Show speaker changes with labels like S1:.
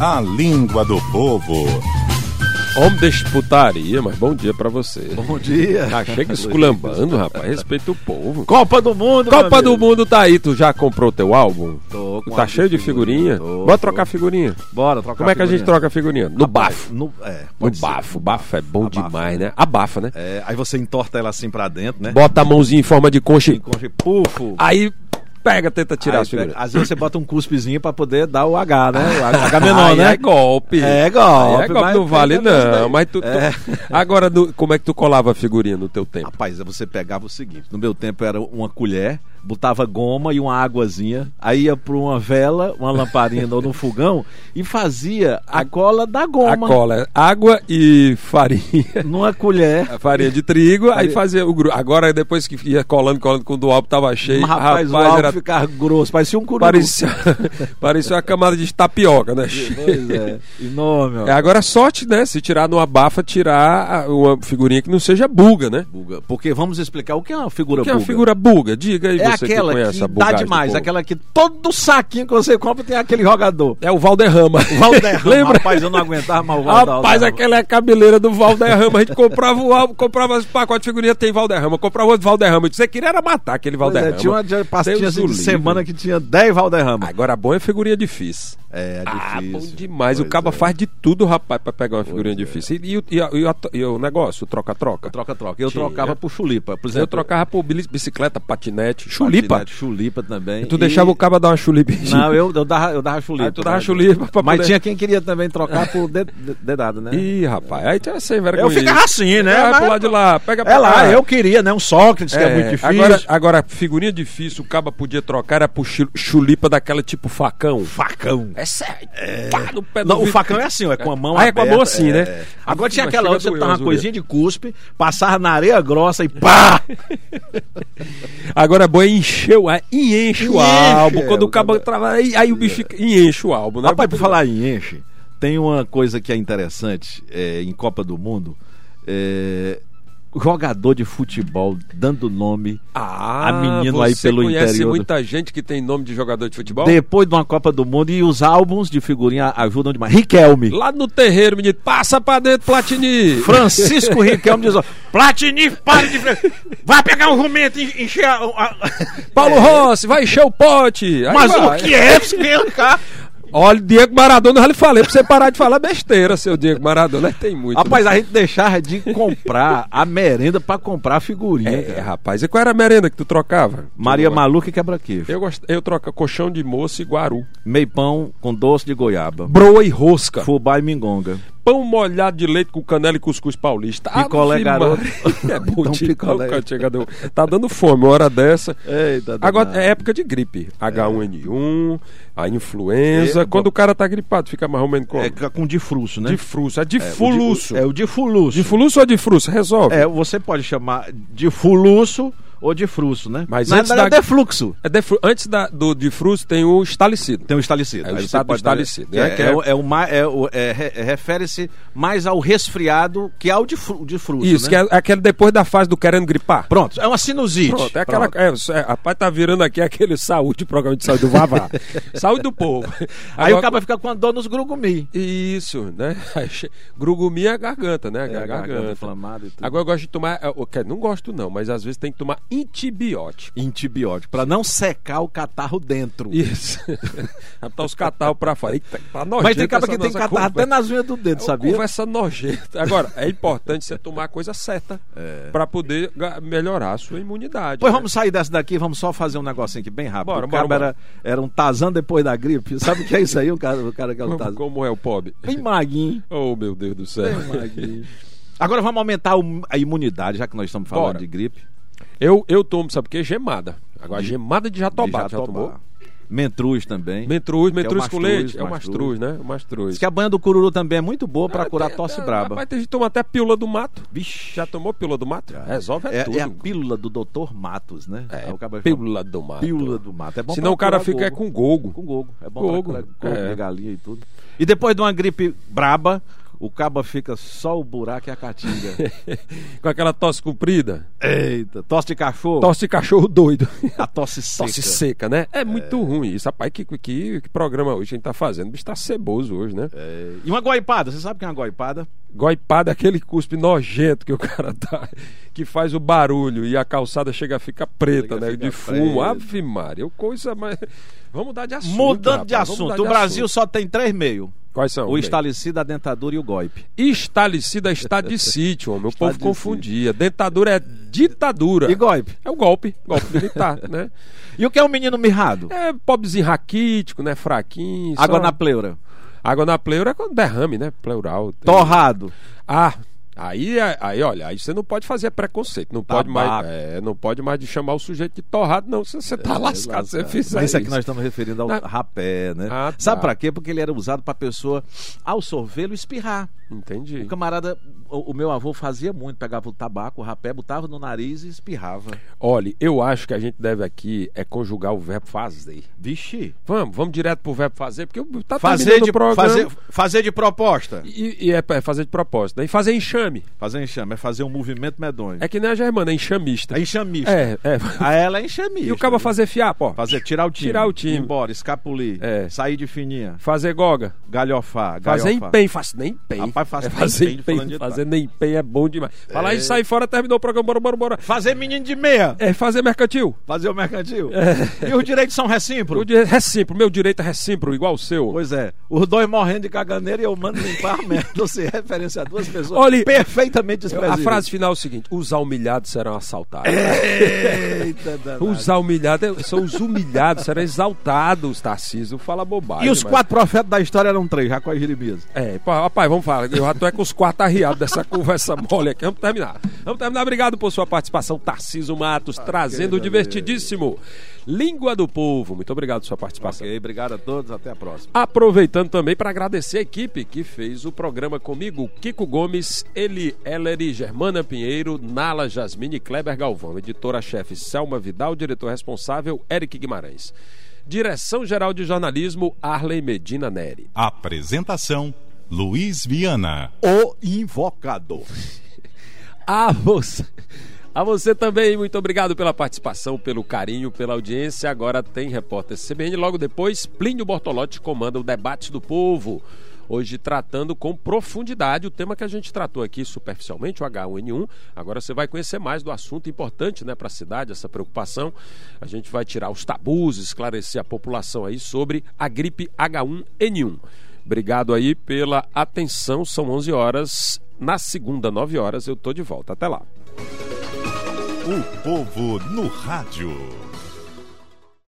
S1: A língua do povo.
S2: Homens de putaria, mas bom dia pra você.
S3: Bom dia.
S2: Já chega esculambando, rapaz. Respeita o povo.
S3: Copa do Mundo,
S2: Copa
S3: meu
S2: do
S3: amigo.
S2: Mundo tá aí, tu já comprou teu álbum?
S3: Tô com
S2: tá
S3: uma
S2: cheio de figurinha?
S3: Tô,
S2: Bora
S3: tô.
S2: trocar figurinha.
S3: Bora trocar
S2: Como é que a gente
S3: figurinha.
S2: troca figurinha? No bafo.
S3: No, é,
S2: No
S3: pode ser.
S2: bafo. Bafo é bom
S3: Abafa.
S2: demais, né? Abafa, né?
S3: É, aí você entorta ela assim pra dentro, né?
S2: Bota a mãozinha em forma de concha e...
S3: Enconche, pufo.
S2: Aí pega, tenta Ah, tirar
S3: Aí
S2: as figurinhas.
S3: pega- Às vezes você bota um cuspezinho pra poder dar o H, né? O H
S2: Aí
S3: menor, né?
S2: É golpe.
S3: É golpe,
S2: Aí é golpe
S3: mas
S2: não vale,
S3: pega mesmo
S2: não.
S3: daí.
S2: Mas tu. tu-
S3: É.
S2: Agora, no- como é que tu colava a figurinha no teu tempo?
S3: Rapaz, você pegava o seguinte: no meu tempo era uma colher, botava goma e uma águazinha, aí ia pra uma vela, uma lamparina ou num fogão e fazia a cola da
S2: A
S3: goma
S2: cola, é água e farinha.
S3: numa colher.
S2: A farinha de trigo, aí
S3: Farinha-
S2: fazia o grupo. Agora, depois que ia colando, colando, quando o álbum tava cheio,
S3: Mas, rapaz, o álcool
S2: era.
S3: ficava grosso, parecia um curubu.
S2: Parecia, parecia uma camada de tapioca, né?
S3: Pois é, enorme, ó.
S2: É, agora, sorte, né? Se tirar numa bafa, tirar a- uma figurinha que não seja buga, né?
S3: Buga. Porque vamos explicar o que é uma figura
S2: O que é uma
S3: buga.
S2: figura buga? Diga aí
S3: É
S2: você
S3: aquela
S2: que conhece
S3: que
S2: a
S3: dá
S2: bugagem do
S3: demais,
S2: povo.
S3: aquela que todo saquinho que você compra tem aquele jogador.
S2: É o Valderrama.
S3: Valderrama,
S2: Lembra?
S3: rapaz, eu não aguentava mais o Valderrama.
S2: Rapaz, aquela é a cabeleira do Valderrama. A gente comprava o álbum, comprava os pacotes de figurinha, tem Valderrama. Comprava outro Valderrama. Você queria era matar aquele
S3: Pois é,
S2: Valderrama.
S3: tinha uma de- pastinha
S2: Deus
S3: assim
S2: o
S3: de
S2: livre.
S3: semana que tinha 10 Valderrama.
S2: Agora, bom é figurinha difícil.
S3: É, é
S2: Ah, bom
S3: difícil.
S2: demais. o
S3: Pois
S2: cabo
S3: é.
S2: faz de tudo, rapaz, pra pegar uma figurinha difícil. E, e o- e a- e a- e o negócio, o troca-troca?
S3: Troca-troca. Eu
S2: Tinha.
S3: trocava por chulipa. Por exemplo,
S2: Eu trocava por bili- bicicleta, patinete, chulipa.
S3: patinete, Chulipa também.
S2: Tu
S3: E-
S2: deixava o cabo dar uma chulipa.
S3: Não, eu, eu dava, eu Ah, dava chulipa.
S2: Aí tu dava chulipa pra
S3: Mas
S2: poder-
S3: tinha quem queria também trocar por ded- ded- dedado, né?
S2: Ih, rapaz, aí tinha sem vergonha.
S3: Eu ficava assim, né?
S2: Vai pro
S3: Mas-
S2: lado de lá, pega
S3: É
S2: pra
S3: lá,
S2: cá.
S3: eu queria, né? Um Sócrates, que é muito difícil.
S2: Agora, agora, figurinha difícil, o caba podia trocar, era por chu- chulipa daquela tipo facão.
S3: facão.
S2: É sério. Pá, no pé do
S3: Não, o
S2: vidro.
S3: facão é assim, ó, é com a mão
S2: Ah, é
S3: aberta.
S2: com a mão assim, né?
S3: é. Agora tinha
S2: Mas
S3: aquela
S2: chega
S3: outra, você
S2: doeu
S3: tava
S2: as
S3: uma coisinha de cuspe, passava na areia grossa e pá!
S2: Agora, boa, encheu, é, e enche o
S3: Enche,
S2: álbum.
S3: é,
S2: Quando o
S3: o
S2: caba
S3: caba-
S2: trava, aí, aí o bicho fica, e enche o álbum, né?
S3: Rapaz, por falar em enche, tem uma coisa que é interessante é, em Copa do Mundo. é, jogador de futebol dando nome
S2: Ah,
S3: a menino aí
S2: você
S3: pelo
S2: conhece
S3: interior do-
S2: muita gente que tem nome de jogador de futebol?
S3: depois de uma Copa do Mundo e os álbuns de figurinha ajudam demais. Riquelme.
S2: Lá no terreiro, menino, passa pra dentro, Platini.
S3: Francisco Riquelme diz: ó, Platini, pare de. fre- Vai pegar um jumento e encher a. a-
S2: Paulo Rossi, vai encher o pote. Aí
S3: É. Mas
S2: vai.
S3: o que é? esse cara?
S2: Olha, Diego Maradona, eu já lhe falei pra você parar de falar besteira, seu Diego Maradona. Tem muito. né?
S3: Rapaz, a gente deixava de comprar a merenda pra comprar a figurinha.
S2: É,
S3: cara.
S2: rapaz. E qual era a merenda que tu trocava?
S3: Maria
S2: Tu-
S3: Maluca e quebra-queixo.
S2: Eu, gosto, eu troco colchão de moço e guaru.
S3: Meio pão com doce de goiaba.
S2: Broa e rosca.
S3: Fubá e mingonga.
S2: Pão molhado de leite com canela e cuscuz paulista. Ah,
S3: Picolé,
S2: filho,
S3: garoto.
S2: mano. É bom
S3: Então,
S2: de
S3: picolé.
S2: Não, chega, deu- Tá dando fome, uma hora dessa.
S3: Eita,
S2: Agora,
S3: danado.
S2: é época de gripe. H1N1, a influenza.
S3: É,
S2: Quando
S3: bom.
S2: o cara tá gripado, fica mais ou menos como?
S3: É ca- com difruço, né?
S2: De fruço. É de
S3: É, o di-
S2: fuluço.
S3: É o de fuluço.
S2: De fuluço ou de fruço? Resolve.
S3: É, você pode chamar de fuluço ou de fruço, né?
S2: Mas
S3: Na
S2: antes
S3: verdade
S2: da-
S3: é defluxo.
S2: É defru- Antes da- do de fruto tem o estalecido.
S3: Tem o estalecido.
S2: É o
S3: Aí você
S2: estado
S3: pode
S2: estalecido,
S3: dar-
S2: né?
S3: É,
S2: Que
S3: é,
S2: é-
S3: o- é o ma- é o- é re- é- refere-se mais ao resfriado que ao de, fru, de fruço,
S2: Isso,
S3: né?
S2: que é aquele depois da fase do querendo gripar.
S3: Pronto, é uma sinusite.
S2: Pronto, é aquela.
S3: Pronto.
S2: É, isso é, rapaz, tá virando aqui aquele saúde, programa de saúde do Vavá. saúde do povo.
S3: Aí
S2: Agora-
S3: o cara fica com a dor nos grugumi.
S2: Isso, né? Aí che- Grugumi é a garganta, né? A
S3: a garganta
S2: garganta.
S3: inflamada e tudo.
S2: Agora eu gosto de tomar. é, o- quer- Não gosto, não, mas às vezes tem que tomar antibiótico.
S3: Antibiótico, pra não secar o catarro dentro.
S2: Isso. Rapaz, os catarros pra fora. Eita, tá nojento.
S3: Mas tem cara que
S2: essa
S3: tem
S2: nossa
S3: catarro
S2: conversa.
S3: até nas unhas do dedo,
S2: É uma
S3: sabia?
S2: Conversa nojenta. Agora, é importante você tomar a coisa certa pra poder ga- melhorar a sua imunidade.
S3: É. Pois
S2: né?
S3: vamos sair dessa daqui, vamos só fazer um negocinho aqui bem rápido.
S2: Bora,
S3: o
S2: bora,
S3: cara
S2: bora.
S3: era, era um Tazan depois da gripe. Sabe o que é isso aí? O cara, o cara que é um
S2: Como,
S3: Tazan.
S2: como é o pobre?
S3: Bem maguinho.
S2: Oh, meu Deus do céu.
S3: Bem maguinho. Agora vamos aumentar o- a imunidade, já que nós estamos falando
S2: Bora.
S3: de gripe.
S2: Eu, eu tomo, sabe o quê? Gemada. Agora, gemada de jatobá.
S3: De
S2: já tomou?
S3: Mentruz também.
S2: Mentruz,
S3: Que é o
S2: mentruz com
S3: mastruz,
S2: leite. É o mastruz,
S3: mastruz.
S2: né? O mastruz.
S3: Diz que a banha do cururu também é muito boa pra curar tosse braba.
S2: Mas Ah, tem gente que toma até pílula do mato.
S3: Vixe.
S2: Já tomou pílula do mato? Resolve é,
S3: É,
S2: tudo.
S3: é a pílula do Dr. Matos, né?
S2: É,
S3: Aí o cara fala,
S2: pílula do mato.
S3: pílula do mato. É bom
S2: Senão
S3: pra
S2: o cara
S3: curar
S2: fica é
S3: gogo.
S2: com gogo.
S3: Com gogo. É bom
S2: Gogo,
S3: pra curar gogo
S2: é.
S3: de galinha e tudo. E depois de uma gripe braba, O caba fica só o buraco e a caatinga.
S2: Com aquela tosse comprida.
S3: Eita, tosse de cachorro.
S2: Tosse de cachorro doido.
S3: A tosse seca.
S2: Tosse seca, né? É muito ruim isso. Rapaz, que, que, que programa hoje a gente tá fazendo? O bicho tá ceboso hoje, né?
S3: É, E uma goipada, você sabe o que é uma goipada?
S2: Goipada é aquele cuspe nojento que o cara dá, que faz o barulho e a calçada chega a ficar preta,
S3: Chega a
S2: né?
S3: ficar
S2: de fumo.
S3: preta.
S2: Ave Maria, eu coisa mais. Vamos mudar de assunto.
S3: Mudando de
S2: rapaz, vamos
S3: assunto,
S2: mudar
S3: o
S2: de
S3: Brasil
S2: assunto.
S3: só tem três meios:
S2: Quais são?
S3: o
S2: Bem,
S3: estalecido, a dentadura e o golpe.
S2: Estalecida está de sítio, homem. O
S3: Está
S2: povo
S3: de
S2: confundia. Dentadura é ditadura.
S3: E golpe.
S2: É o golpe, golpe militar, né?
S3: E o que é um menino mirrado?
S2: É pobrezinho raquítico, né? Fraquinho.
S3: Água
S2: só-
S3: na pleura.
S2: Água na pleura é quando derrame, né? Pleural. Tem-
S3: Torrado.
S2: Ah, aí, aí, olha, aí você não pode fazer preconceito. Não pode, mais,
S3: Tabaco.
S2: é, não pode mais de chamar o sujeito de torrado, não. Se você tá lascado, se você fizer
S3: É,
S2: isso.
S3: Mas isso é aqui nós estamos referindo ao
S2: Na-
S3: rapé, né?
S2: Ah, tá.
S3: Sabe pra quê? Porque ele era usado pra pessoa, ao sorvelo, espirrar.
S2: Entendi.
S3: O camarada, o, o meu avô fazia muito, pegava o tabaco, o rapé, botava no nariz e espirrava.
S2: Olha, eu acho que a gente deve aqui é conjugar o verbo fazer.
S3: Vixe.
S2: Vamos, vamos direto pro verbo fazer, porque tá
S3: Fazer
S2: terminando
S3: de,
S2: o programa.
S3: fazer, fazer de proposta.
S2: E, e é, é fazer de propósito. né? E fazer enxame.
S3: Fazer enxame, é fazer um movimento medonho.
S2: É que nem a Germana, é enxamista.
S3: É enxamista.
S2: É, é.
S3: A ela é enxamista.
S2: E o cabo fazer fiapo, ó.
S3: Fazer, tirar o time.
S2: Tirar o time.
S3: Ir embora, escapulir.
S2: É.
S3: Sair de fininha.
S2: Fazer goga.
S3: Galhofar.
S2: Fazer
S3: galhofar.
S2: empenho, faz nem empenho.
S3: Rapaz, faz
S2: é
S3: nem
S2: fazer
S3: empenho de
S2: empenho,
S3: fulano de tal.
S2: fazer nem empenho é bom demais. Falar isso, sair fora, terminou o programa, bora, bora, bora.
S3: Fazer menino de meia.
S2: É fazer mercantil.
S3: Fazer o mercantil. E os direitos são
S2: O
S3: recíprocos.
S2: di- recíproco, meu direito é recíproco, igual o seu.
S3: Pois é, os dois morrendo de caganeira e eu mando limpar a merda. Você referência a duas pessoas
S2: Olhe-
S3: perfeitamente desprezíveis.
S2: A frase final é o seguinte: os humilhados serão assaltados.
S3: É Eita, danado.
S2: Os humilhados são os humilhados, serão exaltados, Tarcísio. Fala bobagem.
S3: E os
S2: mas-
S3: quatro profetas da história eram três, já com a Jeremias.
S2: É, pá, rapaz, vamos falar. Eu já tô é com os quatro arriados dessa conversa mole aqui. Vamos terminar. Vamos terminar. Obrigado por sua participação, Tarciso Matos,
S3: Ah,
S2: trazendo o divertidíssimo Língua do Povo. Muito obrigado por sua participação.
S3: Ok, obrigado a todos, até a próxima.
S2: Aproveitando também para agradecer a equipe que fez o programa comigo, Kiko Gomes, Eli Ellery, Germana Pinheiro, Nala Jasmine e Kleber Galvão, editora-chefe Selma Vidal, diretor responsável Eric Guimarães. Direção-geral de jornalismo Arley Medina Neri.
S1: Apresentação: Luiz Viana.
S3: O invocador.
S2: A você. A você também, muito obrigado pela participação, pelo carinho, pela audiência. Agora tem repórter CBN. Logo depois, Plínio Bortolotti comanda o debate do povo. Hoje tratando com profundidade o tema que a gente tratou aqui superficialmente, o H1N1. Agora você vai conhecer mais do assunto importante né, para a cidade, essa preocupação. A gente vai tirar os tabus, esclarecer a população aí sobre a gripe H1N1. Obrigado aí pela atenção. São 11 horas. Na segunda, 9 horas, eu tô de volta. Até lá.
S1: O povo no rádio.